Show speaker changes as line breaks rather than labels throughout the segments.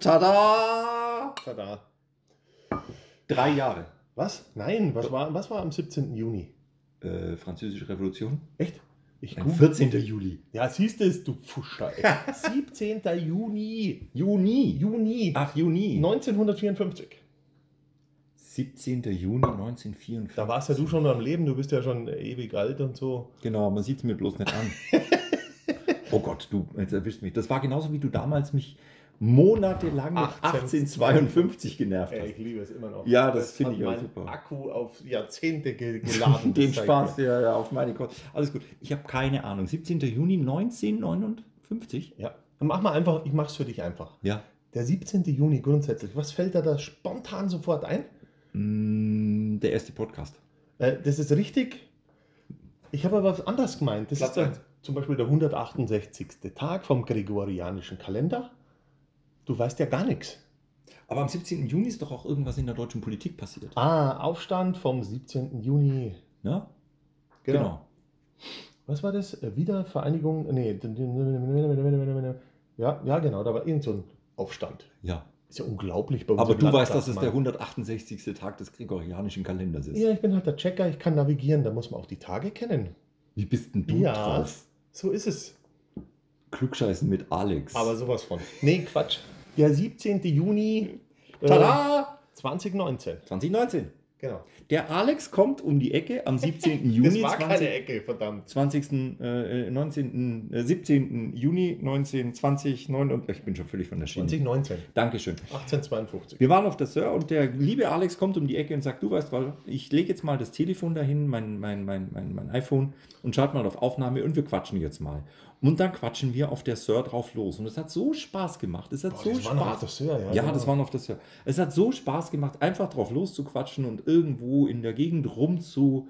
Tada!
Tada. Drei Jahre.
Was? Nein, was war, was war am 17. Juni?
Äh, Französische Revolution.
Echt? Ich
Am
google.
14. Juli.
Ja, siehst du es, du Pfuscher. ey. 17. Juni.
Juni.
Juni. Ah.
Ach, Juni.
1954.
17. Juni 1954.
Da warst ja du schon am Leben, du bist ja schon ewig alt und so.
Genau, man sieht es mir bloß nicht an. oh Gott, du, jetzt erwischt mich. Das war genauso, wie du damals mich monatelang mit 1852 genervt
Ey,
hast.
ich liebe es immer noch.
Ja, das finde
hat
ich auch
meinen
super.
Akku auf Jahrzehnte ge- geladen.
Den
das zeigt
Spaß,
mir.
ja, ja, auf meine Kosten. Alles gut. Ich habe keine Ahnung. 17. Juni 1959?
Ja. Dann mach mal einfach, ich mach's für dich einfach.
Ja.
Der 17. Juni grundsätzlich, was fällt dir da spontan sofort ein?
Mm, der erste Podcast.
Äh, das ist richtig. Ich habe aber was anderes gemeint. Das
Platz
ist der,
eins.
zum Beispiel der 168. Tag vom gregorianischen Kalender. Du weißt ja gar nichts.
Aber am 17. Juni ist doch auch irgendwas in der deutschen Politik passiert.
Ah, Aufstand vom 17. Juni.
Ne?
Genau. Was war das? Äh, Wiedervereinigung? Nee. Ja, ja, genau. Da war irgend so ein Aufstand.
Ja.
Ist ja unglaublich bei uns
Aber
im
du
Land,
weißt, dass es
man-
der 168. Tag des gregorianischen Kalenders ist.
Ja, ich bin halt der Checker. Ich kann navigieren. Da muss man auch die Tage kennen.
Wie bist denn du
Ja.
drauf?
So ist es.
Klugscheißen mit Alex.
Aber sowas von. Nee, Quatsch. Der 17. Juni äh,
Tada!
2019.
2019.
Genau.
Der Alex kommt um die Ecke am 17. Juni.
Ecke, verdammt.
20. Äh, 19. Äh, 17. Juni 19, 20, 9 und ich bin schon völlig von der Schiene.
2019.
Dankeschön.
1852.
Wir waren auf der Sir und der liebe Alex kommt um die Ecke und sagt, du weißt, was, ich lege jetzt mal das Telefon dahin, mein, mein, mein, mein, mein iPhone und schalt mal auf Aufnahme und wir quatschen jetzt mal. Und dann quatschen wir auf der Sir drauf los. Und es hat so Spaß gemacht. Es hat
Boah,
so
das war noch auf der
Spaß.
Sir, ja,
ja,
genau.
das war noch auf der Sir. Es hat so Spaß gemacht, einfach drauf loszuquatschen und irgendwo in der Gegend rum zu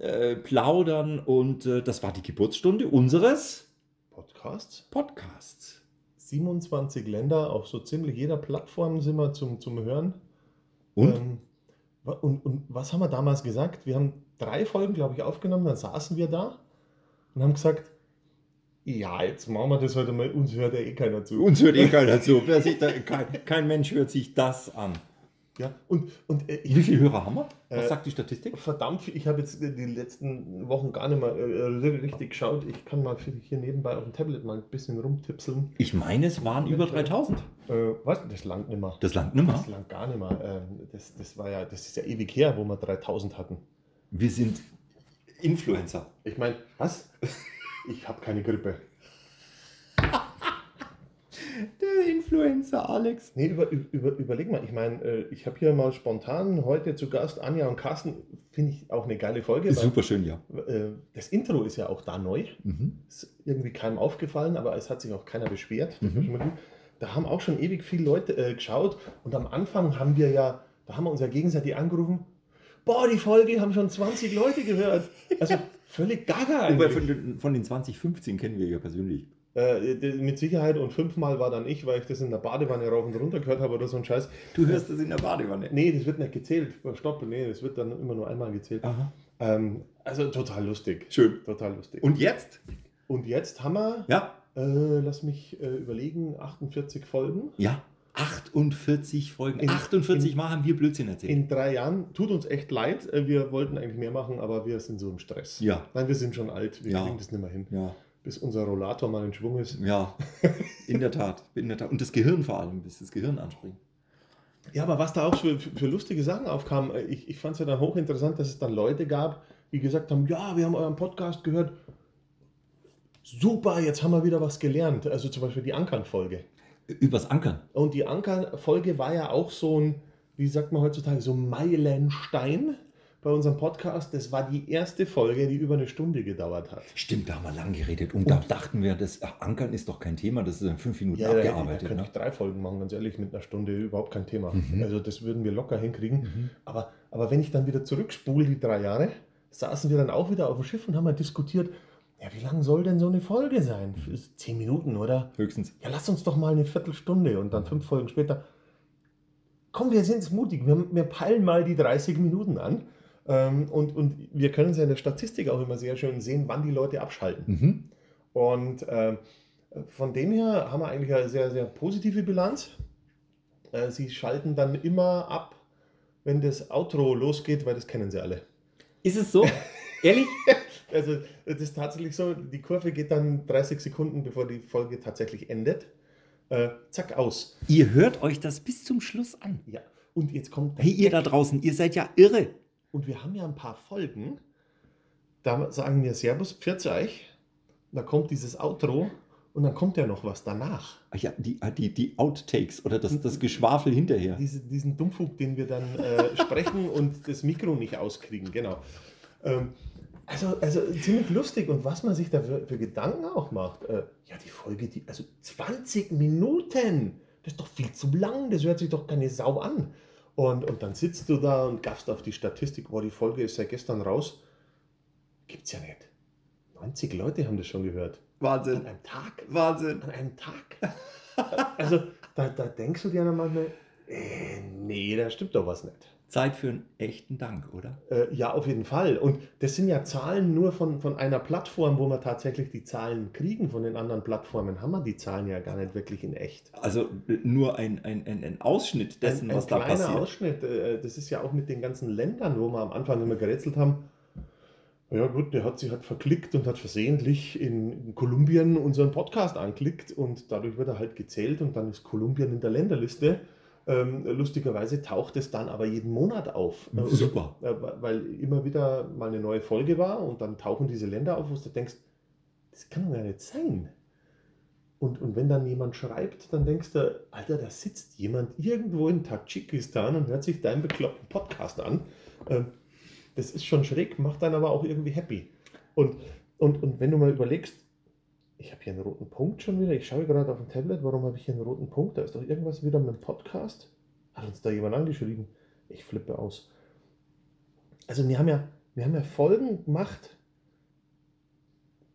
äh, plaudern. Und äh, das war die Geburtsstunde unseres
Podcasts.
Podcasts.
27 Länder, auf so ziemlich jeder Plattform sind wir zum, zum Hören.
Und
Ähm, wa- und, und was haben wir damals gesagt? Wir haben drei Folgen, glaube ich, aufgenommen, dann saßen wir da und haben gesagt, ja, jetzt machen wir das heute mal, uns hört ja eh keiner zu.
Uns hört eh keiner zu. Wer sich da, kein, kein Mensch hört sich das an.
ja, und, und äh, ich,
Wie viele Hörer haben wir? Was
Äh,
sagt die Statistik?
Verdammt, viel- ich habe jetzt die letzten Wochen gar nicht mehr äh, richtig geschaut. Ich kann mal für- hier nebenbei auf dem Tablet mal ein bisschen rumtipseln.
Ich meine, es waren über 3000.
Äh, was? Das langt nicht mehr.
Das langt nimmer.
Das langt gar nicht mehr. Ähm, das, das, war ja, das ist ja ewig her, wo wir 3000 hatten.
Wir sind Influencer.
Ich meine, was? Ich habe keine Grippe.
Der Influencer Alex.
Nee, über, über, überleg mal. Ich meine, äh, ich habe hier mal spontan heute zu Gast Anja und Carsten. Finde ich auch eine geile Folge.
Ist super schön, ja.
Weil, äh, das Intro ist ja auch da neu.
Mhm.
ist irgendwie keinem aufgefallen, aber es hat sich auch keiner beschwert. Das
Mhm.
war schon mal gut. Da haben auch schon ewig viele Leute äh, geschaut und am Anfang haben wir ja, da haben wir uns ja gegenseitig angerufen, boah, die Folge haben schon 20 Leute gehört. Also völlig gaga
Wobei
eigentlich.
von den, von den 2015 kennen wir ja persönlich.
Äh, d- mit Sicherheit und fünfmal war dann ich, weil ich das in der Badewanne rauf und runter gehört habe oder so ein Scheiß.
Du hörst das in der Badewanne.
Nee, das wird nicht gezählt. Äh, Stopp, nee, das wird dann immer nur einmal gezählt.
Aha.
Ähm, also total lustig.
Schön.
Total lustig.
Und jetzt?
Und jetzt haben wir,
Ja.
äh, lass mich äh, überlegen, 48 Folgen.
Ja. 48 Folgen.
In-
48
in-
Mal haben wir Blödsinn erzählt.
In drei Jahren tut uns echt leid. Äh, Wir wollten eigentlich mehr machen, aber wir sind so im Stress.
Ja.
Nein, wir sind schon alt. Wir
Ja.
kriegen das nicht mehr hin.
Ja.
Bis unser Rollator mal in Schwung ist.
Ja. In der Tat. In der Tat. Und das Gehirn vor allem, bis das Gehirn anspringt.
Ja, aber was da auch für, für lustige Sachen aufkam, äh, ich, ich fand es ja dann hochinteressant, dass es dann Leute gab, die gesagt haben: Ja, wir haben euren Podcast gehört. Super, jetzt haben wir wieder was gelernt. Also zum Beispiel die Ankern-Folge.
Übers Ankern.
Und die Ankern-Folge war ja auch so ein, wie sagt man heutzutage, so ein Meilenstein, bei unserem Podcast. Das war die erste Folge, die über eine Stunde gedauert hat.
Stimmt, da haben wir lang geredet. Und, da dachten wir, das ach, Ankern ist doch kein Thema, das ist in fünf Minuten
Ja, da
abgearbeitet.
könnte
ne? Mhm.
ich drei Folgen machen, ganz ehrlich, mit einer Stunde überhaupt kein Thema. Also das würden wir locker hinkriegen. Aber, aber wenn ich dann wieder zurückspule, die drei Jahre, saßen wir dann auch wieder auf dem Schiff und haben mal diskutiert, ja, wie lang soll denn so eine Folge
Mhm.
sein? Für Zehn Minuten, oder?
Höchstens.
Ja, lass uns doch mal eine Viertelstunde und
Mhm.
dann fünf Folgen später. Komm, wir sind mutig, wir, wir peilen mal die 30 Minuten an. Ähm, und, und wir können es ja in der Statistik auch immer sehr schön sehen, wann die Leute abschalten.
Mhm.
Und ähm, von dem her haben wir eigentlich eine sehr, sehr positive Bilanz. Äh, sie schalten dann immer ab, wenn das Outro losgeht, weil das kennen sie alle.
Ist es so? Ehrlich?
Also das ist tatsächlich so, die Kurve geht dann 30 Sekunden, bevor die Folge tatsächlich endet. Äh, zack, aus.
Ihr hört euch das bis zum Schluss an.
Ja. Und jetzt kommt der
Hey, ihr da draußen, ihr seid ja irre.
Und wir haben ja ein paar Folgen. Da sagen wir Servus, pfiat euch. Da kommt dieses Outro und dann kommt ja noch was danach.
Ach Ja, die, ah, die, die Outtakes oder das, das Geschwafel hinterher.
Diese, diesen Dummfug, den wir dann äh, sprechen und das Mikro nicht auskriegen, genau. Ähm, also, also ziemlich lustig und was man sich da für, für Gedanken auch macht. Äh, ja, die Folge, die, also 20 Minuten, das ist doch viel zu lang, das hört sich doch keine Sau an. Und, und dann sitzt du da und gaffst auf die Statistik, boah, die Folge ist ja gestern raus. Gibt's ja nicht. 90 Leute haben das schon gehört. An
Wahnsinn,
einem Tag
Wahnsinn.
an einem Tag. Also, da, da denkst du dir dann manchmal, äh, nee, da stimmt doch was nicht.
Zeit für einen echten Dank, oder?
Äh, ja, auf jeden Fall. Und das sind ja Zahlen nur von, von einer Plattform, wo wir tatsächlich die Zahlen kriegen. Von den anderen Plattformen haben wir die Zahlen ja gar nicht wirklich in echt.
Also äh, nur ein, ein, ein, ein Ausschnitt dessen,
ein, ein
was da
kleiner
passiert.
Ausschnitt, äh, das ist ja auch mit den ganzen Ländern, wo wir am Anfang immer gerätselt haben. Ja gut, der hat sich halt verklickt und hat versehentlich in, in Kolumbien unseren Podcast angeklickt und dadurch wird er halt gezählt und dann ist Kolumbien in der Länderliste. Ähm, lustigerweise taucht es dann aber jeden Monat auf. Äh,
Super.
äh, weil immer wieder mal eine neue Folge war und dann tauchen diese Länder auf, wo du denkst, das kann doch gar nicht sein. Und, und wenn dann jemand schreibt, dann denkst du, Alter, da sitzt jemand irgendwo in Tadschikistan und hört sich deinen bekloppten Podcast an. Ähm, Das ist schon schräg, macht dann aber auch irgendwie happy. Und, und, und wenn du mal überlegst, ich habe hier einen roten Punkt schon wieder, ich schaue gerade auf dem Tablet, warum habe ich hier einen roten Punkt? Da ist doch irgendwas wieder mit dem Podcast. Hat uns da jemand angeschrieben? Ich flippe aus. Also wir haben ja, wir haben ja Folgen gemacht.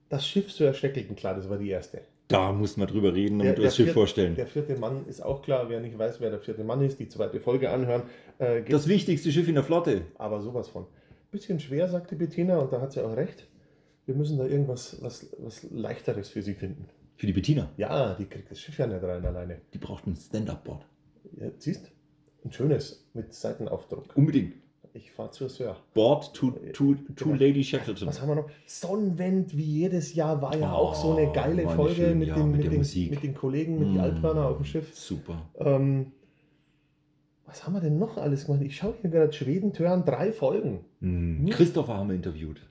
Das Schiff Sir Shackleton, klar, das war die erste.
Da muss man drüber reden, damit
Der-
wir das
der
Schiff
vierte-
vorstellen.
Der vierte Mann ist auch klar, wer nicht weiß, wer der vierte Mann ist, die zweite Folge anhören. Äh, gibt
Das wichtigste Schiff in der Flotte.
aber sowas von. Bisschen schwer, sagte Bettina, und da hat sie auch recht. Wir müssen da irgendwas was, was Leichteres für sie finden.
Für die Bettina.
Ja, die kriegt das Schiff ja nicht rein alleine.
Die braucht ein Stand-Up-Board.
Ja, siehst? Ein schönes mit Seitenaufdruck.
Unbedingt.
Ich fahre zur Sir.
Board to, to, to
Genau.
Lady Shackleton.
Was haben wir noch? Sonnenwend wie jedes Jahr war ja
Oh,
auch so eine geile
war eine
Folge
schöne,
mit,
ja,
den,
mit
mit,
der
den,
Musik.
mit den Kollegen, mit den
Mm,
Alpaner auf dem Schiff.
Super.
Ähm, was haben wir denn noch alles gemacht? Ich schaue hier gerade Schweden Tören, drei Folgen. Hm.
Mhm. Christopher haben wir interviewt.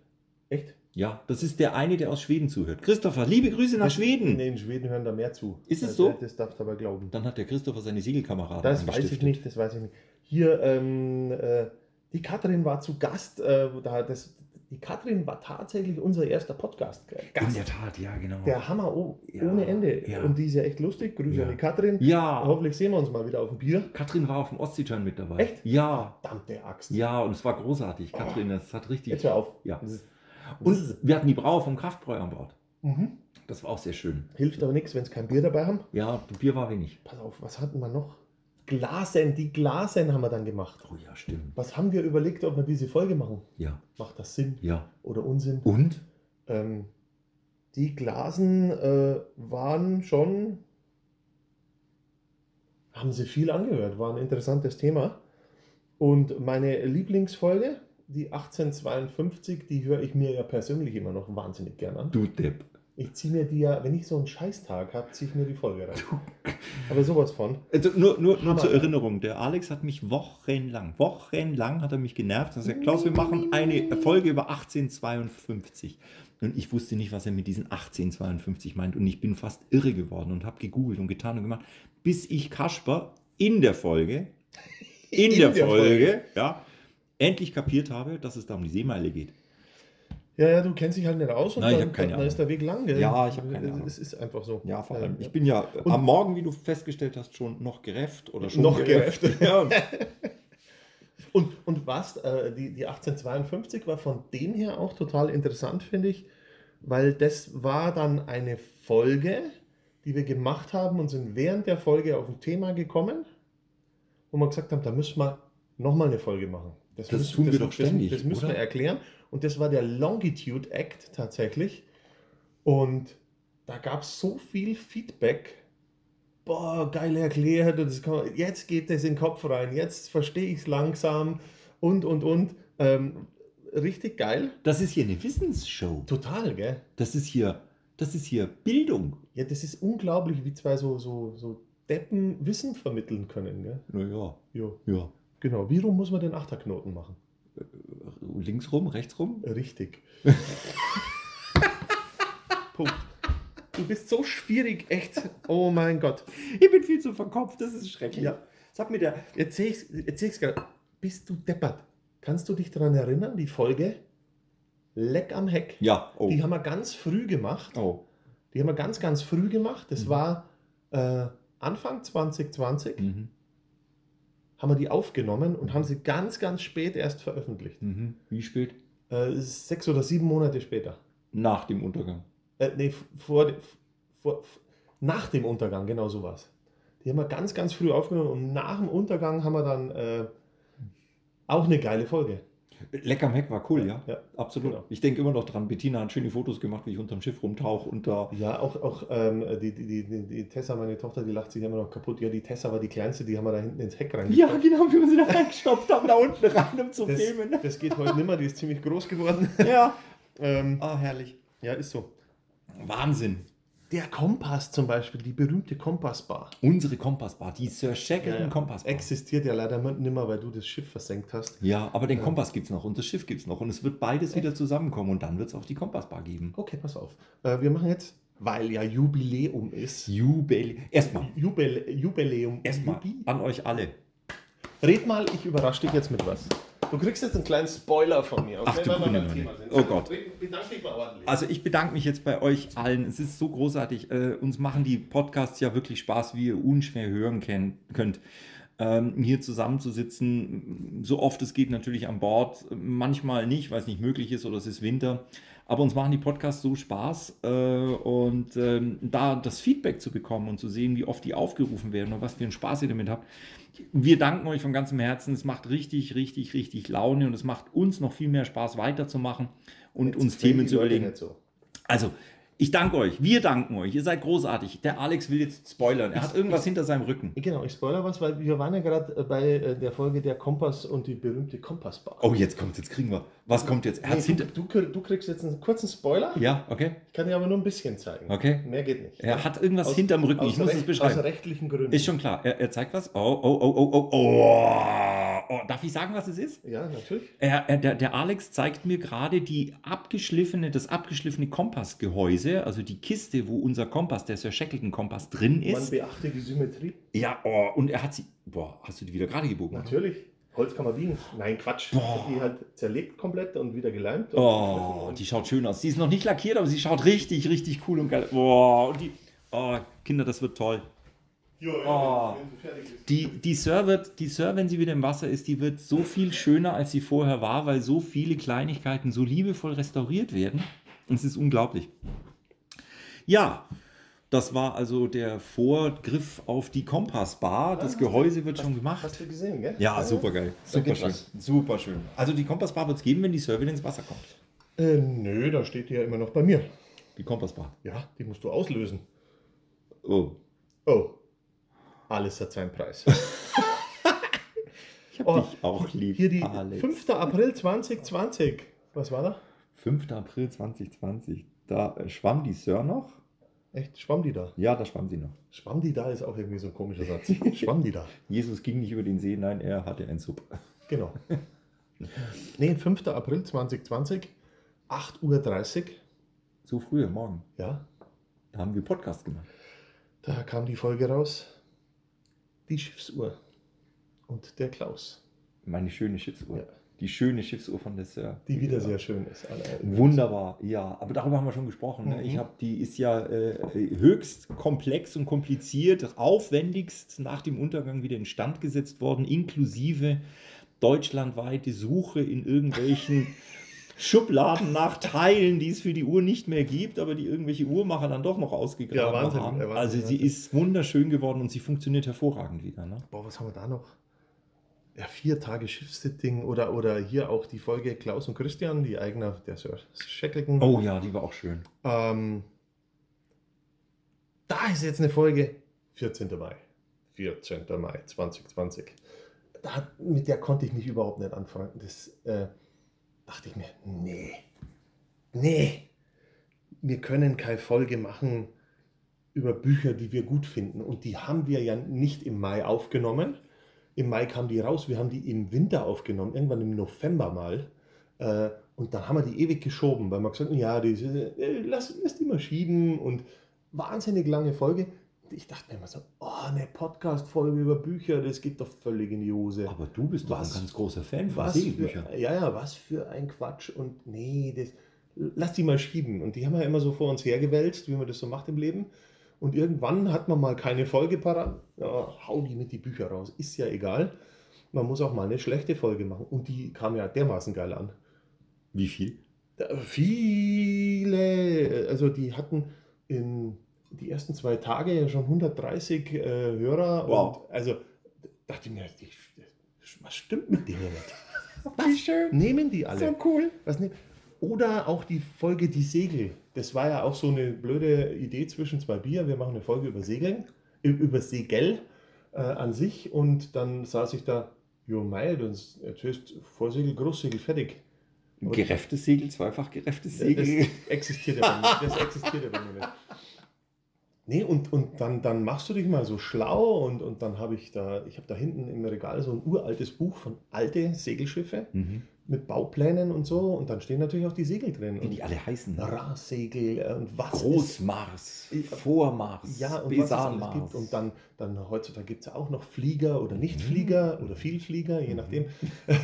Echt?
Ja, das ist der eine, der aus Schweden zuhört. Christopher, liebe Grüße nach
Das-
Schweden.
Nee, in Schweden hören da mehr zu.
Hm. Ist es
Äh,
so?
Das darfst du aber glauben.
Dann hat der Christopher seine Siegelkameraden
Das weiß ich
angestiftet.
nicht, das weiß ich nicht. Hier, ähm, äh, die Katrin war zu Gast. Äh, da, das, die Katrin war tatsächlich unser erster Podcast.
In
Gast.
der Tat, ja, genau.
Der Hammer oh,
Ja,
ohne Ende.
ja.
Und die ist ja echt lustig. Grüße
Ja.
an die Katrin.
ja,
Hoffentlich sehen wir uns mal wieder auf dem Bier.
Katrin war auf dem Ostseeturn mit dabei.
Echt?
Ja,
Verdammte Axt.
ja, und es war großartig.
Oh.
Katrin, das hat richtig.
Jetzt hör auf.
Ja.
Das ist-
Und wir hatten die Brau vom Kraftbräu an Bord.
Mhm.
Das war auch sehr schön.
Hilft aber nichts, wenn es kein Bier dabei haben.
Ja, Bier war wenig.
Pass auf, was hatten wir noch? Glasen, die Glasen haben wir dann gemacht.
Oh ja, stimmt.
Was haben wir überlegt, ob wir diese Folge machen?
Ja,
Macht das Sinn
ja.
oder Unsinn?
Und?
Ähm, die Glasen äh, waren schon, haben sie viel angehört, war ein interessantes Thema. Und meine Lieblingsfolge, die 1852, die höre ich mir ja persönlich immer noch wahnsinnig gern an.
Du Depp.
Ich ziehe mir die ja, wenn ich so einen Scheißtag habe, ziehe ich mir die Folge rein. Aber sowas von.
Also nur, nur, nur
Hammer.
zur Erinnerung, der Alex hat mich wochenlang, wochenlang hat er mich genervt. Er sagt, Klaus, wir machen eine Folge über 1852. Und ich wusste nicht, was er mit diesen 1852 meint. Und ich bin fast irre geworden und habe gegoogelt und getan und gemacht, bis ich Kasper in der Folge, in, der, Folge, ja, endlich kapiert habe, dass es da um die Seemeile geht.
Ja, ja, du kennst dich halt nicht aus und
Nein, ich
dann,
hab keine
dann ist der Weg lang, gell?
Ja, ich hab keine Ahnung.
Es ist einfach so. Ähm,
Ja, vor allem.
Ja.
Ich bin ja äh,
Und-
am Morgen, wie du festgestellt hast, schon noch gerefft oder schon
Noch
Ja, und-
Und, und was, äh, die, die 1852 war von dem her auch total interessant, finde ich, weil das war dann eine Folge, die wir gemacht haben und sind während der Folge auf ein Thema gekommen, wo wir gesagt haben, da müssen wir nochmal eine Folge machen.
Das tun wir doch ständig,
Das, das müssen
oder?
wir erklären. Und das war der Longitude Act tatsächlich. Und da gab es so viel Feedback. Boah, geil erklärt. Und das kann man, jetzt geht das in den Kopf rein. Jetzt verstehe ich es langsam. Und, und, und. Ähm, richtig geil.
Das ist hier eine Wissensshow.
Total, gell?
Das ist hier, das ist hier Bildung.
Ja, das ist unglaublich, wie zwei so, so, so Deppen Wissen vermitteln können, gell?
Naja,
Jo,
ja.
genau. Wie rum muss man den Achterknoten machen?
Links rum, rechts rum.
Richtig. Punkt. Du bist so schwierig, echt. Oh mein Gott.
Ich bin viel zu verkopft, das ist schrecklich.
Ja.
Das hat mir der.
Jetzt sehe ich es gerade. Bist du deppert? Kannst du dich daran erinnern, die Folge Leck am Heck?
Ja, oh.
Die haben wir ganz früh gemacht.
oh.
Die haben wir ganz, ganz früh gemacht. Das
Mhm.
war äh, Anfang 2020.
Mhm.
Haben wir die aufgenommen und haben sie ganz, ganz spät erst veröffentlicht.
Mhm. Wie spät?
Äh, es ist sechs oder sieben Monate später.
Nach dem Untergang.
Äh, nee, f- vor, de- f- vor, f- nach dem Untergang, genau so was. Die haben wir ganz, ganz früh aufgenommen und nach dem Untergang haben wir dann äh, auch eine geile Folge.
Leck am Heck war cool, ja.
Ja,
Absolut.
genau.
Ich denke immer noch dran, Bettina hat schöne Fotos gemacht, wie ich unterm Schiff rumtauche und da.
Ja, auch, auch ähm, die, die, die, die, die Tessa, meine Tochter, die lacht sich immer noch kaputt. Ja, die Tessa war die kleinste, die haben wir da hinten ins Heck reingesteckt.
Ja, genau, wie wir sie da reingestopft haben, da unten rein, um zu filmen.
das, das geht heute nimmer, die ist ziemlich groß geworden.
Ja.
Ähm,
Ah, herrlich.
ja, ist so.
Wahnsinn.
Der Kompass zum Beispiel, die berühmte Kompassbar.
Unsere Kompassbar, die Sir Shackleton Kompassbar.
Existiert ja leider nimmer, weil du das Schiff versenkt hast.
Ja, aber den
Ja.
Kompass gibt es noch und das Schiff gibt es noch und es wird beides wieder zusammenkommen und dann wird es auch die Kompassbar geben.
Okay, pass auf. Äh, wir machen jetzt, weil ja Jubiläum ist.
Jubiläum. Erstmal,
Jubel, Jubiläum.
erstmal
Jubi-
an euch alle.
Red mal, ich überrasche dich jetzt mit was. Du kriegst jetzt einen kleinen Spoiler von mir.
Ach, du
Wenn wir
grüne
beim
Neune.
Thema sind.
Oh Gott.
Bedank dich mal ordentlich.
Also ich bedanke mich jetzt bei euch allen. Es ist so großartig. Äh, uns machen die Podcasts ja wirklich Spaß, wie ihr unschwer hören kennt, könnt. Ähm, hier zusammenzusitzen, so oft es geht natürlich an Bord, manchmal nicht, weil es nicht möglich ist oder es ist Winter. Aber uns machen die Podcasts so Spaß äh, und ähm, da das Feedback zu bekommen und zu sehen, wie oft die aufgerufen werden und was für einen Spaß ihr damit habt. Wir danken euch von ganzem Herzen. Es macht richtig, richtig, richtig Laune und es macht uns noch viel mehr Spaß weiterzumachen und
Jetzt
uns
quälen
Themen
die
zu
Leute
überlegen.
nicht So.
Also, ich danke euch. Wir danken euch. Ihr seid großartig. Der Alex will jetzt spoilern. Er hat irgendwas hinter seinem Rücken.
Genau, ich spoiler was, weil wir waren ja gerade äh, bei äh, der Folge der Kompass und die berühmte Kompassbar.
Oh, jetzt kommt, jetzt kriegen wir. Was kommt jetzt? Er hat's
Nee,
hinter.
du, du, du kriegst jetzt einen kurzen Spoiler.
Ja, okay.
Ich kann dir aber nur ein bisschen zeigen.
Okay.
Mehr geht nicht.
Er hat irgendwas
Aus-
hinterm Rücken. Ich
aus
muss
recht-
es beschreiben.
Aus rechtlichen Gründen.
Ist schon klar. Er, er zeigt was. Oh, oh, oh, oh, oh, oh. oh. Darf ich sagen, was es ist?
Ja, natürlich.
Er, er, der, der Alex zeigt mir gerade die abgeschliffene, das abgeschliffene Kompassgehäuse, also die Kiste, wo unser Kompass, der Sir Shackleton-Kompass drin
Man
ist.
beachte die Symmetrie.
ja, oh, und er hat sie. Boah, hast du die wieder gerade gebogen? oder?
Natürlich. Holz kann man biegen. Nein, Quatsch.
Boah.
Die halt zerlegt komplett und wieder geleimt. Und
Oh, die schaut schön aus. Sie ist noch nicht lackiert, aber sie schaut richtig, richtig cool und geil. Boah, und die. Oh, Kinder, das wird toll.
Ja, ja,
Oh.
wenn sie fertig ist.
Die, die Sir wird, die Sir, wenn sie wieder im Wasser ist, die wird so viel schöner, als sie vorher war, weil so viele Kleinigkeiten so liebevoll restauriert werden. Und es ist unglaublich. Ja, das war also der Vorgriff auf die Kompassbar. Das Gehäuse wird schon gemacht.
Hast du gesehen, gell?
Ja, super geil. Super
geht
schön.
was.
Super schön. Also die Kompassbar wird es geben, wenn die Sir wieder ins Wasser kommt.
Äh, nö, da steht die ja immer noch bei mir.
Die Kompassbar.
Ja, die musst du auslösen.
Oh.
Oh. Alles hat seinen Preis.
Ich hab
Oh,
dich auch lieb,
Hier die
Alex.
5. April 2020. Was war da?
5. April 2020. Da äh, schwamm die Sir noch?
Echt? Schwamm die da?
Ja, da schwamm sie noch.
Schwamm die da ist auch irgendwie so ein komischer Satz. Schwamm die da.
Jesus ging nicht über den See, nein, er hatte ein Sub.
Genau. Nee, 5. April 2020, 8.30 Uhr.
So früh am Morgen.
Ja,
Da haben wir Podcast gemacht.
da kam die Folge raus. Die Schiffsuhr und der Klaus.
Meine schöne Schiffsuhr.
Ja.
Die die schöne Schiffsuhr von der Sir.
Die wieder
Ja.
sehr schön ist. Alle-
Wunderbar, ja. Aber darüber haben wir schon gesprochen. Ne?
Mhm.
Ich habe die ist ja äh, höchst komplex und kompliziert, aufwendigst nach dem Untergang wieder instand gesetzt worden, inklusive deutschlandweite Suche in irgendwelchen Schubladen nach Teilen, die es für die Uhr nicht mehr gibt, aber die irgendwelche Uhrmacher dann doch noch ausgegraben
Ja, Wahnsinn,
haben.
äh, Wahnsinn,
also sie
Wahnsinn.
ist wunderschön geworden und sie funktioniert hervorragend wieder. Ne?
Boah, was haben wir da noch? Ja, vier Tage Schiffssitting oder, oder hier auch die Folge Klaus und Christian, die Eigner der Sir Shackleton.
Oh ja, die war auch schön.
Ähm, da ist jetzt eine Folge. 14. Mai. 14. Mai 2020. Da, hat- mit der konnte ich mich überhaupt nicht anfreunden. Das äh, dachte ich mir, nee. Nee. Wir können keine Folge machen über Bücher, die wir gut finden. Und die haben wir ja nicht im Mai aufgenommen. Im Mai kam die raus. Wir haben die im Winter aufgenommen, irgendwann im November mal. Äh, und dann haben wir die ewig geschoben, weil wir gesagt haben, ja, die, äh, lass, lass die mal schieben. Und wahnsinnig lange Folge. Und ich dachte mir immer so, oh, eine Podcast-Folge über Bücher, das geht doch völlig in die Hose.
Aber du bist doch
Was-
ein ganz großer Fan von
Was für,
Segelbüchern.
ja, ja, was für ein Quatsch. Und nee, das, lass die mal schieben. Und die haben wir immer so vor uns hergewälzt, wie man das so macht im Leben. Und irgendwann hat man mal keine Folge parat. Ja, hau die mit die Bücher raus. Ist ja egal. Man muss auch mal eine schlechte Folge machen. Und die kam ja dermaßen geil an.
Wie viel?
Da- Viele, also die hatten in die ersten zwei Tage ja schon 130 äh, Hörer.
Wow.
Und also dachte ich mir, die, was stimmt mit denen nicht?
Wie schön.
Nehmen die alle?
cool.
Was ne? Oder auch die Folge Die Segel. Das war ja auch so eine blöde Idee zwischen zwei Bier. Wir machen eine Folge über Segeln, ü- über Segel äh, an sich. Und dann saß ich da, jo mei, dann erzählst Vorsegel, Großsegel, fertig.
Gerefftes Segel, zweifach gerefftes Segel.
Das existiert ja bei mir, das existiert ja bei mir nicht. Nee, und, und dann, dann machst du dich mal so schlau und, und dann habe ich da, ich habe da hinten im Regal so ein uraltes Buch von alte Segelschiffe
Mhm.
mit Bauplänen und so und dann stehen natürlich auch die Segel drin.
Wie
Und
die alle heißen. Ne?
Rasegel äh, und was
Großmars,
ist-
Vormars,
es, ja, und was es alles
Besanmars.
gibt. Und dann, dann heutzutage gibt es ja auch noch Flieger oder Nichtflieger oder Vielflieger, je
Mhm.
nachdem.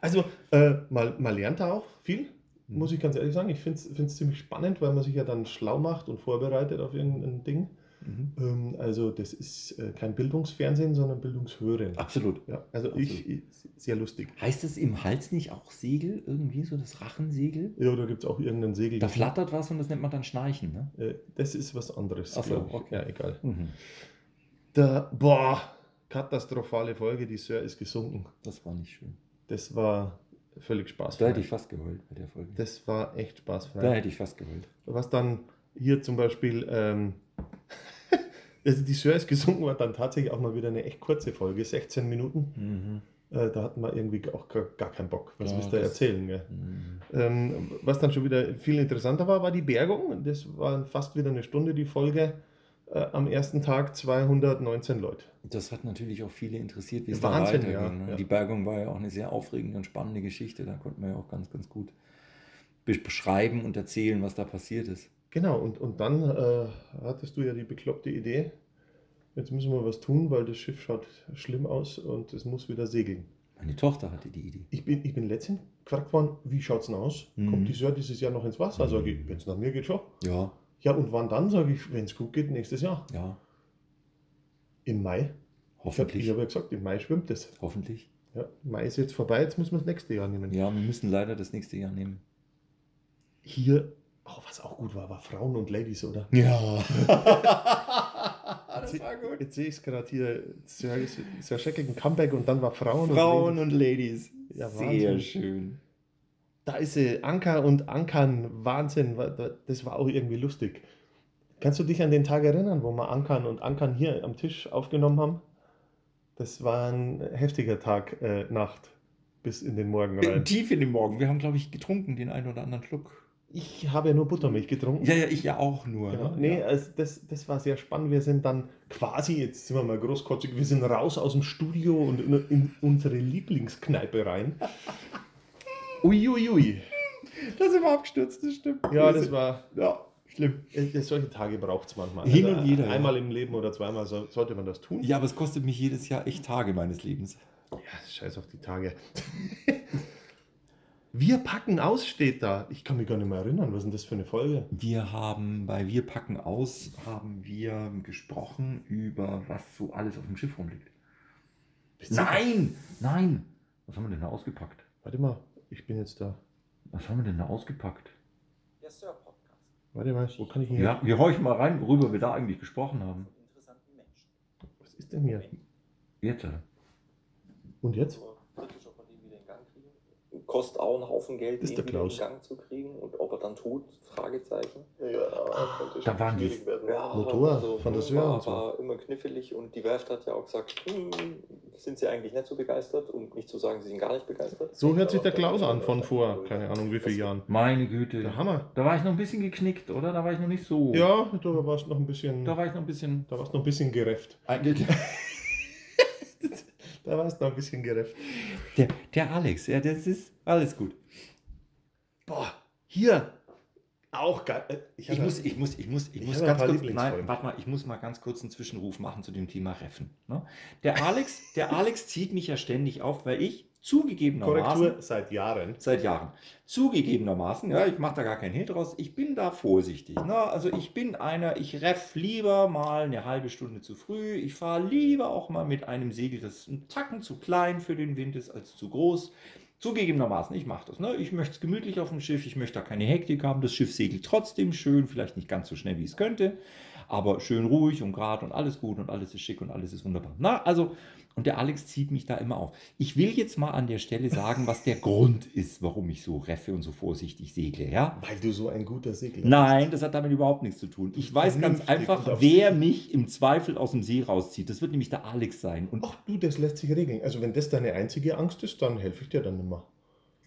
also, äh, mal, mal lernt da auch viel,
Mhm.
muss ich ganz ehrlich sagen. Ich finde es ziemlich spannend, weil man sich ja dann schlau macht und vorbereitet auf irgendein Ding.
Mhm.
Ähm, also, das ist äh, kein Bildungsfernsehen, sondern Bildungshören.
Absolut.
Ja, also, ich, ich, sehr lustig.
Heißt es im Hals nicht auch Segel? Irgendwie so das Rachensegel?
Ja, da gibt es auch irgendein Segel.
Da flattert was und das nennt man dann Schnarchen, ne?
Äh, Das ist was anderes.
Ach so,
glaub ich.
okay.
Ja, egal.
Mhm.
Da, boah, katastrophale Folge, die Sir ist gesunken.
Das war nicht schön.
Das war völlig spaßfrei.
Da hätte ich fast geheult bei der Folge.
Das war echt spaßfrei.
da hätte ich fast geheult.
Was dann hier zum Beispiel, ähm, also die Sir ist gesunken, war dann tatsächlich auch mal wieder eine echt kurze Folge, 16 Minuten.
Mhm.
Äh, da hatten wir irgendwie auch gar, gar keinen Bock. Was
Ja,
willst du
das-
erzählen? Gell?
Mhm.
Ähm, was dann schon wieder viel interessanter war, war die Bergung. Das war fast wieder eine Stunde die Folge. Äh, am ersten Tag 219 Leute.
Das hat natürlich auch viele interessiert, wie es
Wahnsinn,
da
ja,
weiterging. ne?
ja.
Die Bergung war ja auch eine sehr aufregende und spannende Geschichte. Da konnten wir ja auch ganz, ganz gut be- beschreiben und erzählen, was da passiert ist.
Genau, und, und dann äh, hattest du ja die bekloppte Idee, jetzt müssen wir was tun, weil das Schiff schaut schlimm aus und es muss wieder segeln.
Meine Tochter hatte die Idee.
Ich bin, ich bin letztens gefragt worden, wie schaut's denn aus?
Mhm.
Kommt die Sir dieses Jahr noch ins Wasser? Sag ich, wenn's nach mir geht, schon.
Ja,
Ja, und wann dann? Sag ich, wenn's gut geht, nächstes Jahr.
ja,
Im Mai. Ich habe
hoffentlich.
ich hab ja gesagt, im Mai schwimmt es.
Hoffentlich.
Ja, Mai ist jetzt vorbei, jetzt muss man das nächste Jahr nehmen.
Ja, wir müssen leider das nächste Jahr nehmen.
Hier, oh, was auch gut war, war Frauen und Ladies, oder?
Ja.
Jetzt seh- Jetzt sehe ich es gerade hier, Sir, Sir Shackleton Comeback und dann war Frauen, und
Frauen und Ladies.
Ja, Wahnsinn.
Sehr schön.
Da ist sie, Anker und Ankern, Wahnsinn, wa- da- das war auch irgendwie lustig. Kannst du dich an den Tag erinnern, wo wir Ankern und Ankern hier am Tisch aufgenommen haben? Das war ein heftiger Tag, äh, Nacht, bis in den Morgen rein.
Tief in den Morgen. Wir haben, glaube ich, getrunken, den einen oder anderen Schluck.
Ich habe ja nur Buttermilch getrunken.
Ja, ja, ich ja auch nur.
Genau.
Ne?
Nee,
ja.
also das, das war sehr spannend. Wir sind dann quasi, jetzt sind wir mal großkotzig, wir sind raus aus dem Studio und in, in unsere Lieblingskneipe rein. Uiuiui. Ui, ui.
Da sind wir abgestürzt, das stimmt.
Ja,
Wir
das
sind-
war
Ja. Schlimm.
Äh, Solche Tage braucht es manchmal. ne?
Hin und wieder, ja.
Einmal im Leben oder zweimal so, sollte man das tun.
Ja, aber es kostet mich jedes Jahr echt Tage meines Lebens.
Ja, scheiß auf die Tage. Wir packen aus, steht da. Ich kann mich gar nicht mehr erinnern. Was ist denn das für eine Folge?
Wir haben bei Wir packen aus, haben wir gesprochen über was so alles auf dem Schiff rumliegt. Nein, nein. Was haben wir denn da ausgepackt?
Warte mal, ich bin jetzt da.
Was haben wir denn da ausgepackt?
Der Sir-Podcast
Warte mal, wo kann ich denn hier?
Ja, wir horchen mal rein, worüber wir da eigentlich gesprochen haben.
von interessanten Menschen.
Was ist denn hier?
Jetzt. äh,
Und jetzt?
kritisch, ob man den wieder in Gang kriegen. Kostet auch einen Haufen Geld,
Das ist
den
der
wieder in
Klaus.
Gang zu kriegen. Und ob er dann tut, Fragezeichen.
Ja, könnte
Da
schon
waren die-
schwierig werden.
Ja, also
Motor, Fantasia
war,
und so.
war immer knifflig und die Werft hat ja auch gesagt, hm, sind sie eigentlich nicht so begeistert, um nicht zu sagen, sie sind gar nicht begeistert.
So hört sich der Klaus an von vor, keine Ahnung wie vielen Jahren.
Meine Güte.
Der Hammer.
Da war ich noch ein bisschen geknickt, oder? Da war ich noch nicht so.
Ja, da warst noch ein bisschen,
Da
da
war ich noch ein bisschen.
warst noch ein bisschen gerefft.
Der,
Da warst noch ein bisschen gerefft.
der Alex, ja, das ist alles gut.
Boah, hier auch geil. Äh,
Ich, muss, ich muss, ich muss, ich
Ich
muss
habe ein
ganz
paar
kurz. Nein,
Lieblingsfolgen.
warte mal, ich muss mal ganz kurz einen Zwischenruf machen zu dem Thema Reffen. Ne? Der Alex, der Alex zieht mich ja ständig auf, weil ich zugegebenermaßen
Korrektur seit Jahren.
seit Jahren. Zugegebenermaßen, ja, ich mache da gar keinen Hehl draus, ich bin da vorsichtig. Ne? Also ich bin einer, ich reff lieber mal eine halbe Stunde zu früh, ich fahre lieber auch mal mit einem Segel, das ein Tacken zu klein für den Wind ist als zu groß. Zugegebenermaßen, ich mache das. Ne? Ich möchte es gemütlich auf dem Schiff, ich möchte da keine Hektik haben, das Schiff segelt trotzdem schön, vielleicht nicht ganz so schnell, wie es könnte, aber schön ruhig und gerade und alles gut und alles ist schick und alles ist wunderbar. Na, also, und der Alex zieht mich da immer auf. Ich will jetzt mal an der Stelle sagen, was der Grund ist, warum ich so reffe und so vorsichtig segle, ja?
Weil du so ein guter Segler bist.
Nein, das hat damit überhaupt nichts zu tun. Ich weiß ganz
Vernünftig und
einfach,
auf
wer
See.
mich im Zweifel aus dem See rauszieht. Das wird nämlich der Alex sein. Und
Ach du, das lässt sich regeln. Also wenn das deine einzige Angst ist, dann helfe ich dir dann nicht mehr.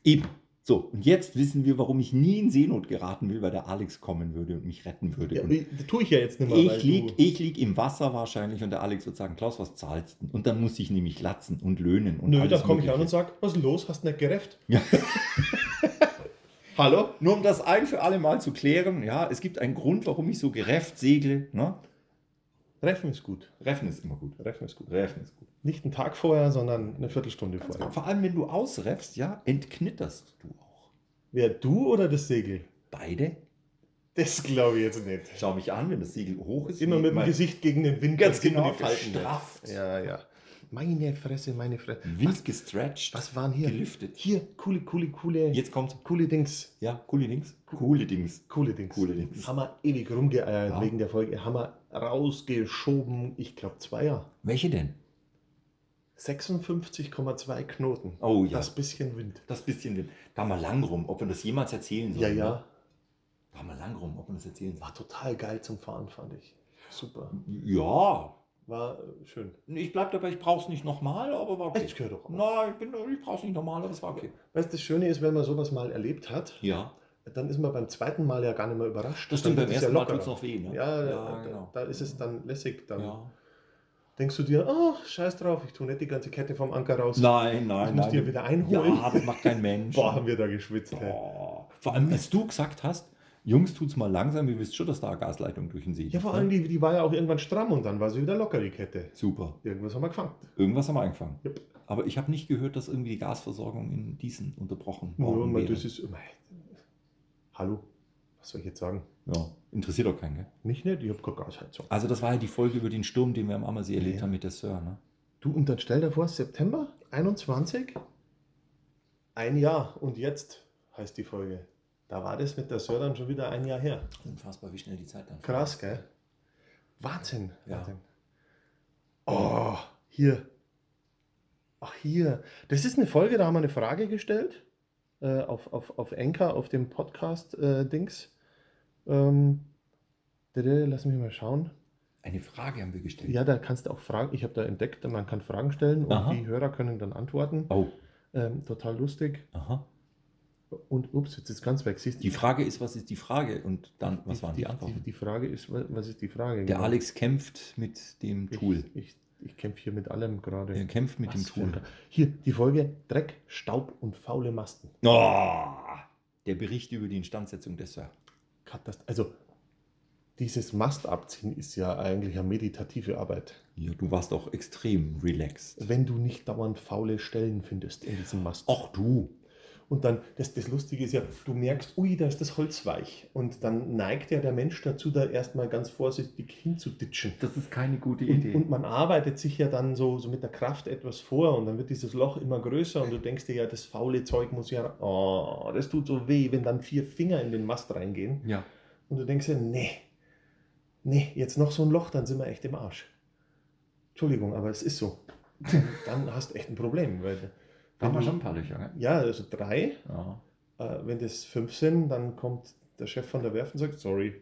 eben. So, und jetzt wissen wir, warum ich nie in Seenot geraten will, weil der Alex kommen würde und mich retten würde.
Ja,
und
das tue ich ja jetzt nicht mehr, weil
Ich lieg,
du...
ich lieg im Wasser wahrscheinlich und der Alex wird sagen, Klaus, was zahlst du? Und dann muss ich nämlich latzen und löhnen. Und
Nö,
alles
dann komme ich an und
Mögliche.
sage, was ist los, hast nicht gerefft?
Ja.
Hallo?
Nur um das ein für alle Mal zu klären, ja, es gibt einen Grund, warum ich so gerefft segle. Ne?
Reffen ist gut.
Reffen ist immer gut.
Reffen ist gut.
Reffen genau. ist gut.
Nicht einen Tag vorher, sondern eine Viertelstunde vorher.
Vor allem, wenn du ausreffst, ja, entknitterst du auch.
Wer, du oder das Segel?
Beide?
Das glaube ich jetzt nicht.
Schau mich an, wenn das Segel hoch ist.
Immer
wie
mit dem
mein-
Gesicht gegen den Wind.
Ganz
dann sieht man
genau,
die
falten
Falten.
strafft.
Ja, ja. Meine Fresse, meine Fresse.
Wind gestretched.
Was waren hier?
Gelüftet.
Hier, coole, coole, coole.
Jetzt kommt,
Coole Dings.
ja, coole Dings. Coole Dings.
Coole Dings.
Coole Dings.
Haben wir ewig rumgeeiert
Ja.
wegen der Folge. Haben wir rausgeschoben, ich glaube, zwei Jahre.
Welche denn?
56,2 Knoten.
Oh ja.
Das bisschen Wind.
das bisschen Wind. Da mal lang rum, ob man das jemals erzählen soll.
Ja,
ne?
ja.
Da mal lang rum, ob man das erzählen soll.
War total geil zum Fahren, fand ich. Super.
Ja,
War äh, schön.
ich bleib dabei, ich brauch's nicht nochmal, aber war okay.
Ich gehört doch auf.
Nein, ich, bin, ich brauch's nicht nochmal, aber es war okay.
Weißt du, das Schöne ist, wenn man sowas mal erlebt hat,
Ja,
dann ist man beim zweiten Mal ja gar nicht mehr überrascht.
das
Dann
stimmt, beim
wird es ja
ersten Mal
lockerer.
tut's noch weh. Ne?
Ja,
ja
da,
genau.
da ist es dann lässig. Dann
ja.
denkst du dir, ach, scheiß drauf, ich tue nicht die ganze Kette vom Anker raus.
Nein, nein,
ich
nein.
muss die ja wieder einholen.
Ja, das macht kein Mensch.
Boah, haben wir da geschwitzt. Hey.
Oh. Vor allem, als du gesagt hast, Jungs, tut's mal langsam, ihr wisst schon, dass da eine Gasleitung durch den See
Ja, vor
geht,
allem,
ne?
die, die war ja auch irgendwann stramm und dann war sie wieder locker, die Kette.
Super.
Irgendwas haben wir gefangen.
Irgendwas haben wir eingefangen.
Jupp.
Aber ich habe nicht gehört, dass irgendwie die Gasversorgung in Diesen unterbrochen
Nur
worden
mal,
wäre.
das ist immer. Hallo, was soll ich jetzt sagen?
Ja, interessiert doch keinen, gell?
Mich nicht, ich habe keine Gasheizung.
Also das war ja die Folge über den Sturm, den wir am Ammersee erlebt
Ja.
haben mit der Sir, ne?
Du, und dann stell dir vor, September 21, ein Jahr und jetzt heißt die Folge. Da war das mit der Sir dann schon wieder ein Jahr her.
Unfassbar, wie schnell die Zeit dann
Krass, gell? Wahnsinn.
Ja.
Wahnsinn. Oh, hier. Ach, hier. Das ist eine Folge, da haben wir eine Frage gestellt. Äh, auf, auf, auf Anchor, auf dem Podcast-Dings. ähm, dä-dä, lass mich mal schauen.
Eine Frage haben wir gestellt.
Ja, da kannst du auch Fragen. Ich habe da entdeckt, man kann Fragen stellen und
Aha.
die Hörer können dann antworten.
Oh,
Ähm, total lustig.
aha.
Und ups, jetzt ist ganz weg. Siehst du?
Die Frage ist, was ist die Frage? Und dann, was waren die,
Die,
Antworten?
die Frage ist, wa- was ist die Frage?
der
Genau.
Alex kämpft mit dem Tool.
Ich, ich, ich kämpfe hier mit allem gerade.
Er kämpft mit
Was
dem
für ein
Tool.
Ka- Hier, die Folge Dreck, Staub und faule Masten.
Oh, der Bericht über die Instandsetzung der Sir.
Katast also dieses Mastabziehen ist ja eigentlich eine meditative Arbeit.
Ja, du warst auch extrem relaxed.
Wenn du nicht dauernd faule Stellen findest in diesem Mast.
Ach du.
Und dann, das, das Lustige ist ja, du merkst, ui, da ist das Holz weich. Und dann neigt ja der Mensch dazu, da erstmal ganz vorsichtig hinzuditschen.
Das ist keine gute
Und, und man arbeitet sich ja dann so, so mit der Kraft etwas vor und dann wird dieses Loch immer größer und du denkst dir ja, das faule Zeug muss ja, oh, das tut so weh, wenn dann vier Finger in den Mast reingehen.
ja.
Und du denkst dir, nee, nee, jetzt noch so ein Loch, dann sind wir echt im Arsch. Entschuldigung, aber es ist so. dann hast du echt ein Problem. Weil,
Da haben wir
wenn du-
schon ein paar Löcher, gell?
Ja, also drei,
Ja.
äh, wenn das fünf sind, dann kommt der Chef von der Werft und sagt, sorry,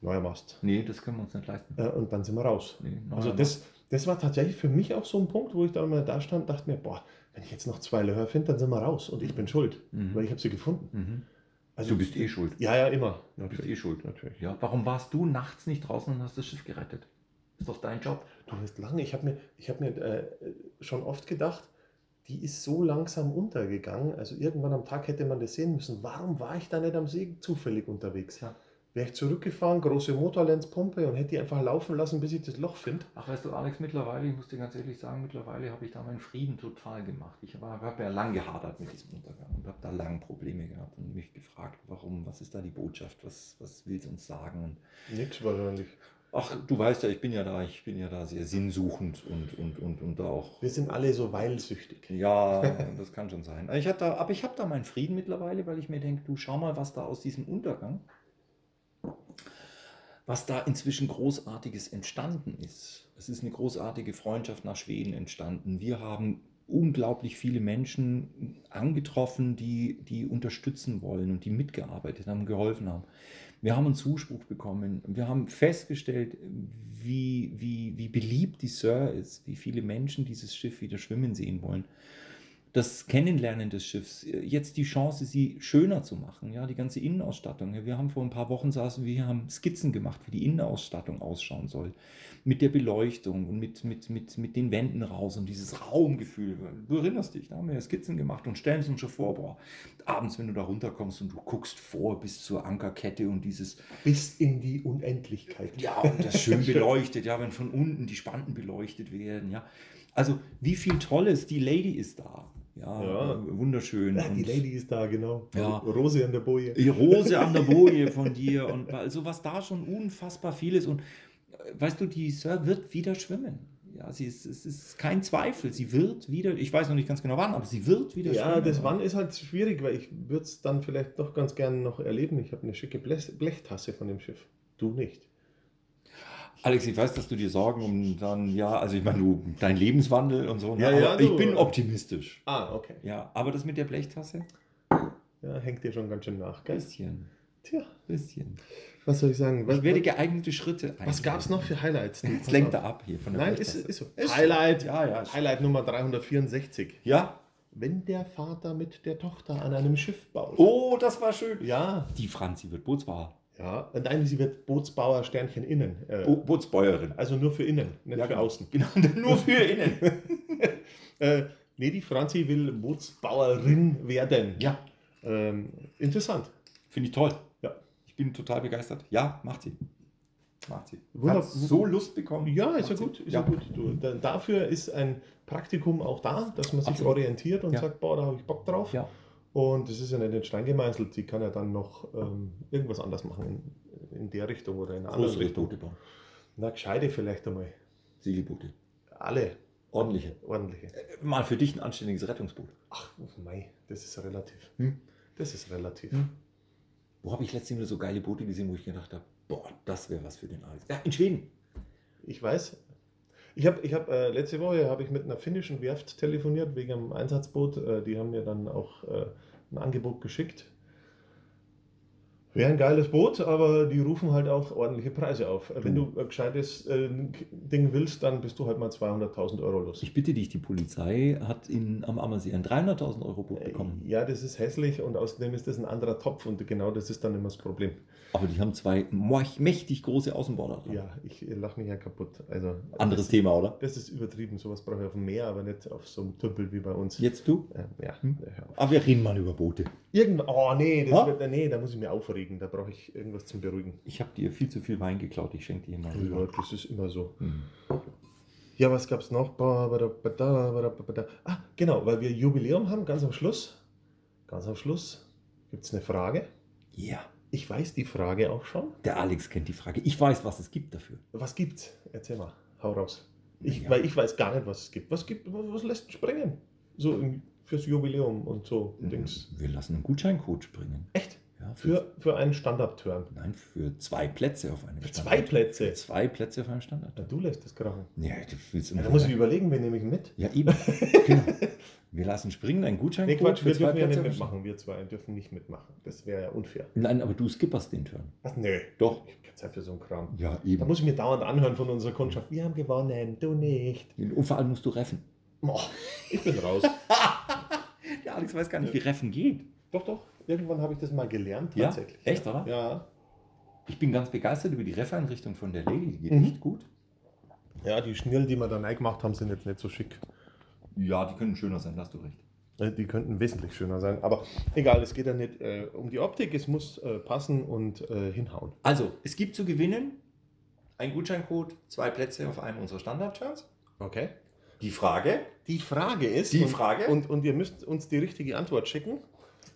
neuer Mast.
Nee, das können wir uns nicht leisten.
Äh, und dann sind wir raus.
Nee, noch
Also
einmal.
das, das war tatsächlich für mich auch so ein Punkt, wo ich da mal da stand und dachte mir, boah, wenn ich jetzt noch zwei Löcher finde, dann sind wir raus und ich bin schuld,
Mhm.
weil ich habe sie gefunden.
Mhm.
Also
Du bist eh schuld.
Ja, ja, immer.
Du bist eh schuld.
natürlich.
Ja, warum warst du nachts nicht draußen und hast das Schiff gerettet? Ist doch dein Job.
Du hast lange, ich habe mir, ich hab mir äh, schon oft gedacht, die ist so langsam untergegangen. Also irgendwann am Tag hätte man das sehen müssen. Warum war ich da nicht am See zufällig unterwegs?
Ja.
Wäre ich zurückgefahren, große Motorlenzpumpe und hätte die einfach laufen lassen, bis ich das Loch finde.
Ach, weißt du, Alex, mittlerweile, ich muss dir ganz ehrlich sagen, mittlerweile habe ich da meinen Frieden total gemacht. Ich habe ja lang gehadert mit diesem Untergang und habe da lang Probleme gehabt und mich gefragt, warum, was ist da die Botschaft, was, was will es uns sagen? Und
Nix wahrscheinlich.
ach, du weißt ja, ich bin ja da, ich bin ja da sehr sinnsuchend und, und, und, und da auch.
Wir sind alle so weilsüchtig.
Ja, das kann schon sein. Ich hab da, aber ich habe da meinen Frieden mittlerweile, weil ich mir denke, du schau mal, was da aus diesem Untergang, was da inzwischen Großartiges entstanden ist. Es ist eine großartige Freundschaft nach Schweden entstanden. Wir haben unglaublich viele Menschen angetroffen, die, die unterstützen wollen und die mitgearbeitet haben, geholfen haben. Wir haben einen Zuspruch bekommen. Wir haben festgestellt, wie, wie, wie beliebt die Sir ist, wie viele Menschen dieses Schiff wieder schwimmen sehen wollen. Das Kennenlernen des Schiffs, äh, jetzt die Chance, sie schöner zu machen, ja, die ganze Innenausstattung. Ja, Wir haben vor ein paar Wochen saßen, wir hier, haben Skizzen gemacht, wie die Innenausstattung ausschauen soll. Mit der Beleuchtung und mit, mit, mit, mit den Wänden raus und dieses Raumgefühl. Du erinnerst dich, da haben wir ja Skizzen gemacht und stellen es uns schon vor, boah, abends, wenn du da runterkommst und du guckst vor bis zur Ankerkette und dieses
Bis in die Unendlichkeit.
ja, und das schön beleuchtet, ja, wenn von unten die Spanten beleuchtet werden, ja. Also, wie viel Tolles, die Lady ist da. Ja,
Ja.
äh, wunderschön.
Ja, Ah, die
und
Lady ist da, genau.
Ja.
Rose an der Boje.
die Rose an der Boje von dir und also was da schon unfassbar viel ist. Und äh, weißt du, die Sir wird wieder schwimmen. Ja, sie ist, es ist kein Zweifel, sie wird wieder, ich weiß noch nicht ganz genau wann, aber sie wird wieder
Ja,
schwimmen.
das Wann ist halt schwierig, weil ich würde es dann vielleicht doch ganz gerne noch erleben. Ich habe eine schicke Blech Blechtasse von dem Schiff. Du nicht.
Alex, ich weiß, dass du dir Sorgen um dann, ja, also ich meine, du, dein Lebenswandel und so, ne?
Ja,
aber
ja,
ich
du.
bin optimistisch.
Ah, okay.
Ja, aber das mit der Blechtasse?
Ja, hängt dir schon ganz schön nach, gell?
Bisschen.
Tja,
Bisschen.
was soll ich sagen? Was,
Ich werde geeignete Schritte
was gab es noch für Highlights?
Jetzt
Pass
lenkt er
auf.
ab hier von der
Nein, ist,
Weltklasse.
ist so.
Ist-
Highlight,
Ja, ja. ist-
Highlight Nummer 364.
Ja.
Wenn der Vater mit der Tochter an einem Schiff baut.
Oh, das war schön.
Ja,
Die Franzi wird Bootsbauer.
ja. Nein, sie wird Bootsbauer Sternchen innen. Äh,
Bo Bootsbäuerin.
Also nur für innen, nicht
Ja,
für
genau.
außen.
Genau, nur für innen.
Äh, nee, die Franzi will Bootsbauerin werden.
Ja,
Ähm, interessant.
finde ich toll.
Ja.
Ich bin total begeistert. Ja, macht sie. Macht sie.
Wunder-
Hat so Lust bekommen.
Ja,
Macht
ist ja
sie.
gut. Ist
ja.
ja. gut. Du, da, dafür ist ein Praktikum auch da, dass man sich
Absolut.
orientiert und
Ja.
sagt, boah, da habe ich Bock drauf.
Ja.
Und das ist ja nicht in den Stein gemeißelt. Die kann ja dann noch ähm, irgendwas anders machen in, in der Richtung oder in einer anderen
Große
Richtung.
Boote bauen.
Na, gescheite vielleicht einmal.
Segelboote.
Alle
Ordentliche.
ordentliche.
Äh, Mal für dich ein anständiges Rettungsboot.
Ach, mei, das ist relativ.
Hm.
Das ist relativ.
Hm. Wo habe ich letztens wieder so geile Boote gesehen, wo ich gedacht habe, boah, das wäre was für den Alex. Ja, in Schweden.
Ich weiß. Ich habe ich hab, äh, letzte Woche habe ich mit einer finnischen Werft telefoniert wegen einem Einsatzboot. Äh, die haben mir dann auch äh, ein Angebot geschickt. Wäre ein geiles Boot, aber die rufen halt auch ordentliche Preise auf. Äh, Wenn
Hm.
du ein gescheites äh, Ding willst, dann bist du halt mal 200.000 Euro los.
Ich bitte dich, die Polizei hat in, am Ammersee ein 300.000 Euro Boot bekommen.
Äh, Ja, das ist hässlich und außerdem ist das ein anderer Topf und genau das ist dann immer das Problem.
Aber die haben zwei moch- mächtig große Außenborder dran.
Ja, ich lache mich ja kaputt. Also,
Anderes
das,
Thema, oder?
Das ist übertrieben. Sowas brauche ich auf dem Meer, aber nicht auf so einem Tümpel wie bei uns.
Jetzt du?
Ähm, ja,
Hm?
hör auf.
Aber wir reden mal über Boote.
Irgendwann, oh nee, das
Ha?
wird, nee, da muss ich mir aufregen. aufregen, da brauche ich irgendwas zum Beruhigen.
Ich habe dir viel zu viel Wein geklaut, ich schenke dir mal
Ja,
rüber.
das ist immer so.
Mhm.
Ja, was gab's noch? Ba, ba, da, ba, da, ba, da, ba, da. Ah, genau, weil wir Jubiläum haben, ganz am Schluss. Ganz am Schluss gibt es eine Frage.
Ja,
Ich weiß die Frage auch schon.
der Alex kennt die Frage. Ich weiß, was es gibt dafür.
Was gibt's? Erzähl mal, hau raus. Ich,
Ja.
Weil ich weiß gar nicht, was es gibt. Was gibt, was lässt springen? So in- fürs Jubiläum und so
Mhm.
Dings.
Hm. Wir lassen einen Gutscheincode springen.
Echt?
Ja, für,
Für, für einen Standard-Turn.
nein, für zwei Plätze auf einem
Für zwei Plätze.
Für zwei Plätze auf einem Standard.
Na, du lässt das krachen.
Ja, du willst
Ja,
immer
da muss ich überlegen, wen nehme ich mit?
Ja, eben. genau. Wir lassen springen, einen
Nee,
Gutscheincode
Quatsch, wir
für zwei
dürfen ja
Plätze
nicht
auf einem Standard.
mitmachen. Wir zwei dürfen nicht mitmachen. Das wäre ja unfair.
Nein, aber du skipperst den Turn.
Ach, nö.
Doch.
Ich hab keine Zeit für so einen Kram.
Ja,
Da
eben.
muss ich mir dauernd anhören von unserer Kundschaft. Wir haben gewonnen, du nicht.
Und vor allem musst du reffen.
Boah, ich bin raus.
Der Alex weiß gar nicht, wie reffen geht.
doch, doch. Irgendwann habe ich das mal gelernt,
Ja,
tatsächlich.
echt, oder?
Ja.
Ich bin ganz begeistert über die Reffeinrichtung von der Lady. Die geht
Mhm.
echt gut.
Ja, die Schnirl, die wir da reingemacht haben, sind jetzt nicht so schick.
Ja, die können schöner sein, da hast du recht.
Äh, Die könnten wesentlich schöner sein. Aber egal, es geht ja nicht äh, um die Optik. Es muss äh, passen und äh, hinhauen.
Also, es gibt zu gewinnen ein Gutscheincode, zwei Plätze auf einem unserer Standard-Turns.
Okay.
Die Frage
Die Frage ist.
Die
und,
Frage?
Und, und ihr müsst uns die richtige Antwort schicken.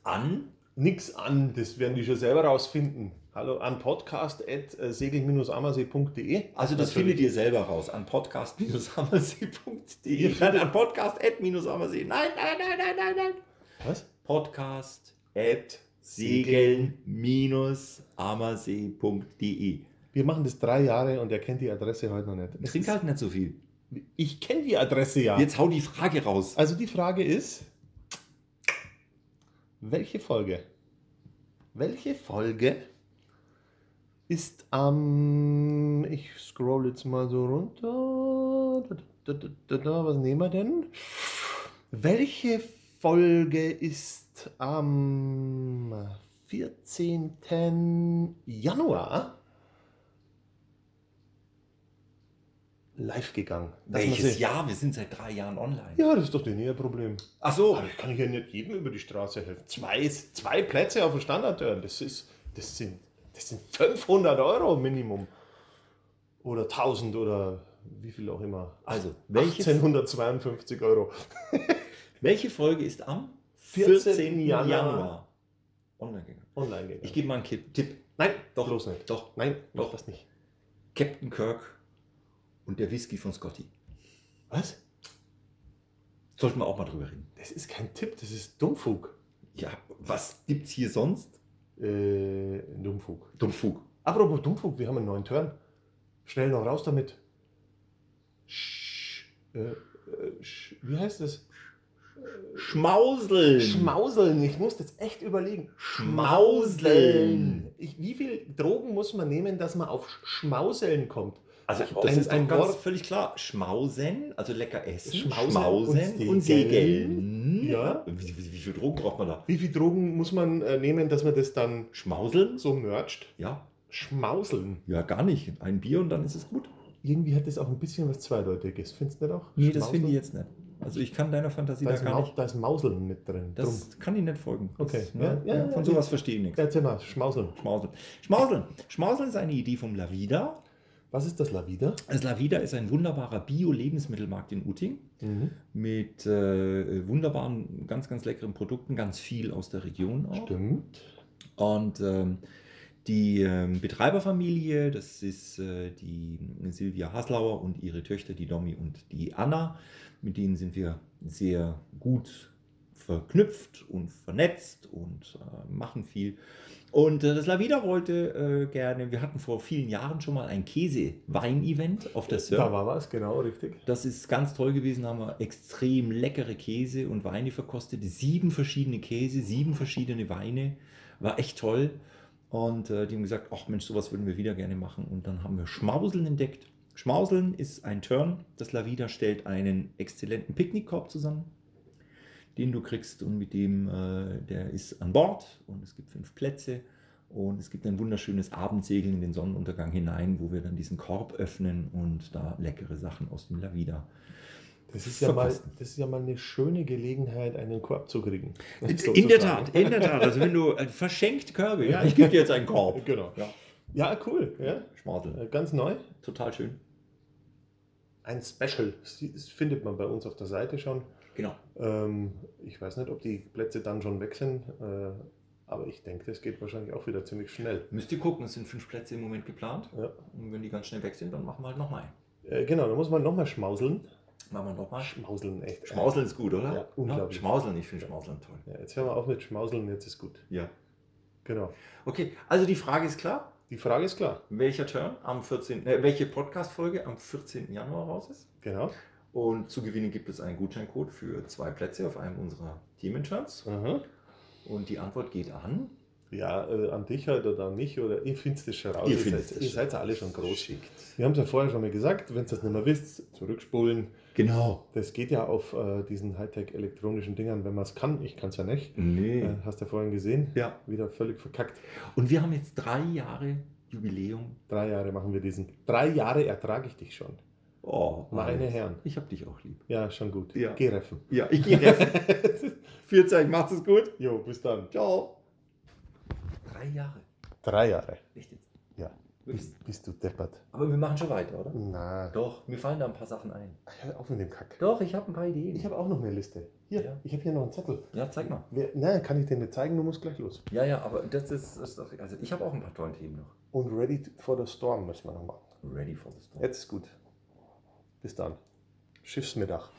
an
Nix an, das werden die schon selber rausfinden. Hallo an äh, podcast.segel-ammersee.de.
Also das findet ihr selber raus an podcast-ammersee.de. Nein, an podcast-ammersee. Nein, nein, nein, nein, nein, nein.
Was?
Podcast at segeln-ammersee.de.
Wir machen das drei Jahre und er kennt die Adresse heute noch nicht. Es
Trink halt nicht so viel.
ist- Ich kenne die Adresse ja.
Jetzt hau die Frage raus.
Also die Frage ist, welche Folge? Welche Folge ist am... ich scroll jetzt mal so runter. Da, da, da, da, da, was nehmen wir denn? Welche Folge ist am 14. Januar live gegangen? Dass man
Welches
sie-
Jahr? Wir sind seit drei Jahren online.
ja, das ist doch nicht ihr Problem.
Ach so.
Aber Oh, ich kann hier nicht jedem über die Straße helfen. Zwei, zwei Plätze auf dem standard das, ist, das, sind, das sind 500 Euro Minimum. Oder 1000 oder wie viel auch immer.
Also, welche,
1852 Euro.
welche Folge ist am
14.
14. Januar, online gegangen?
Online gegangen.
Ich gebe mal einen Ki- Tipp.
Nein,
Doch,
bloß nicht.
Doch,
Nein,
Doch.
doch das nicht.
Captain Kirk und der Whisky von Scotty.
Was?
Sollten wir auch mal drüber reden.
Das ist kein Tipp, das ist Dummfug.
Ja, was gibt's hier sonst?
Äh, Dummfug.
Dummfug.
Apropos Dummfug, wir haben einen neuen Turn. Schnell noch raus damit. Sch, äh, äh, sch, wie heißt das?
Schmauseln.
Schmauseln, ich muss jetzt echt überlegen.
Schmauseln.
Ich, wie viel Drogen muss man nehmen, dass man auf Schmauseln kommt?
also
Schmauseln
das ist
ist
ein
ein
ganz
Wort.
völlig klar. Schmausen, also lecker essen.
Schmausen
Schmausen
und
und Segeln.
Segeln. Ja.
Wie, wie, wie viel Drogen braucht man da?
Wie viel Drogen muss man äh, nehmen, dass man das dann
Schmauseln?
so mercht?
Ja.
Schmauseln.
Ja, gar nicht. Ein Bier und dann ist es gut.
Irgendwie hat das auch ein bisschen was Zweideutiges, findest du nicht auch?
Nee, das
Schmauseln?
finde ich jetzt nicht. Also ich kann deiner Fantasie
Da
da
ist,
gar
Mau
nicht.
da ist Mauseln mit drin.
Das kann ich nicht folgen. Das,
Okay.
Ne?
Ja,
Ja,
ja,
von
ja,
sowas verstehe ich nichts.
Drum. Erzähl mal, Schmauseln.
Schmauseln. Schmauseln. Schmauseln ist eine Idee vom Lavida.
Was ist das Lavida?
Das Also Lavida ist ein wunderbarer Bio-Lebensmittelmarkt in Uting. Mhm. mit äh, wunderbaren, ganz, ganz leckeren Produkten, ganz viel aus der Region auch.
Stimmt.
Und ähm, die ähm, Betreiberfamilie, das ist äh, die Silvia Haslauer und ihre Töchter, die Domi und die Anna, mit denen sind wir sehr gut verknüpft und vernetzt und äh, machen viel. Und äh, das Lavida wollte äh, gerne, wir hatten vor vielen Jahren schon mal ein Käse-Wein-Event auf der Surf.
Da war was, genau, richtig.
Das ist ganz toll gewesen, da haben wir extrem leckere Käse und Weine verkostet. Sieben verschiedene Käse, sieben verschiedene Weine. War echt toll. Und äh, die haben gesagt, ach Mensch, sowas würden wir wieder gerne machen. Und dann haben wir Schmauseln entdeckt. Schmauseln ist ein Turn. Das Lavida stellt einen exzellenten Picknickkorb zusammen, den du kriegst und mit dem, äh, der ist an Bord und es gibt fünf Plätze. Und es gibt ein wunderschönes Abendsegeln in den Sonnenuntergang hinein, wo wir dann diesen Korb öffnen und da leckere Sachen aus dem Lavida
Das ist, ja mal,
verkosten.
das ist ja mal eine schöne Gelegenheit, einen Korb zu kriegen.
In der Tat, in der Tat. Also wenn du äh, verschenkt Körbe, ja, ich gebe dir jetzt einen Korb.
Genau.
Ja.
Ja, cool. Ja.
Schmartel.
Äh, Ganz neu.
Total schön.
Ein Special. Das das findet man bei uns auf der Seite schon.
Genau.
Ähm, ich weiß nicht, ob die Plätze dann schon weg sind, äh, aber ich denke, das geht wahrscheinlich auch wieder ziemlich schnell.
Müsst ihr gucken, es sind fünf Plätze im Moment geplant.
Ja.
Und wenn die ganz schnell weg sind, dann machen wir halt nochmal.
Äh, genau, da muss man nochmal schmauseln.
Machen wir nochmal.
Schmauseln, echt.
Schmauseln ist gut, oder?
Ja, unglaublich.
Schmauseln, ich finde Schmauseln toll.
Ja, jetzt hören wir auf mit Schmauseln, jetzt ist gut.
Ja.
Genau.
Okay, also die Frage ist klar.
Die Frage ist klar.
Welcher Turn am 14. Äh, welche Podcast-Folge am 14. Januar raus ist?
Genau.
Und zu gewinnen gibt es einen Gutscheincode für zwei Plätze auf einem unserer Team-Interns.
Aha.
Und die Antwort geht an.
Ja, äh, an dich halt oder an mich oder ihr findet es schon raus.
Ihr findet
seid,
es
Also ihr
schon
seid alle schon groß.
Geschickt.
Wir haben es ja vorher schon mal gesagt, wenn ihr das nicht mehr wisst, zurückspulen.
Genau.
Das geht ja auf äh, diesen Hightech-elektronischen Dingern, wenn man es kann. Ich kann es ja nicht.
Nee.
Äh, hast du ja vorhin gesehen.
Ja.
Wieder völlig verkackt.
Und wir haben jetzt drei Jahre Jubiläum.
Drei Jahre machen wir diesen. Drei Jahre ertrage ich dich schon.
Oh,
Meine Herren.
Ich hab dich auch lieb.
Ja, schon gut.
Ja.
Geh reffen.
Ja, ich gehe jetzt. Viel Zeit, macht es gut.
Jo, bis dann.
Ciao. Drei Jahre.
Drei Jahre.
Echt jetzt?
Ja.
Wirklich?
Bist, bist du deppert?
Aber wir machen schon weiter, oder?
Na,
Doch, mir fallen da ein paar Sachen ein.
hör auf mit dem Kack.
Doch, ich habe ein paar Ideen.
Ich habe auch noch eine Liste. Hier,
Ja.
ich habe hier noch einen Zettel.
ja, zeig mal.
Wer, na, kann ich dir nicht zeigen, du musst gleich los.
Ja, ja, aber das ist, das ist doch- also ich habe auch ein paar tolle Themen noch.
Und Ready for the Storm müssen wir noch machen.
Ready for the storm.
Jetzt ist gut. Bis dann. Schiffsmittag.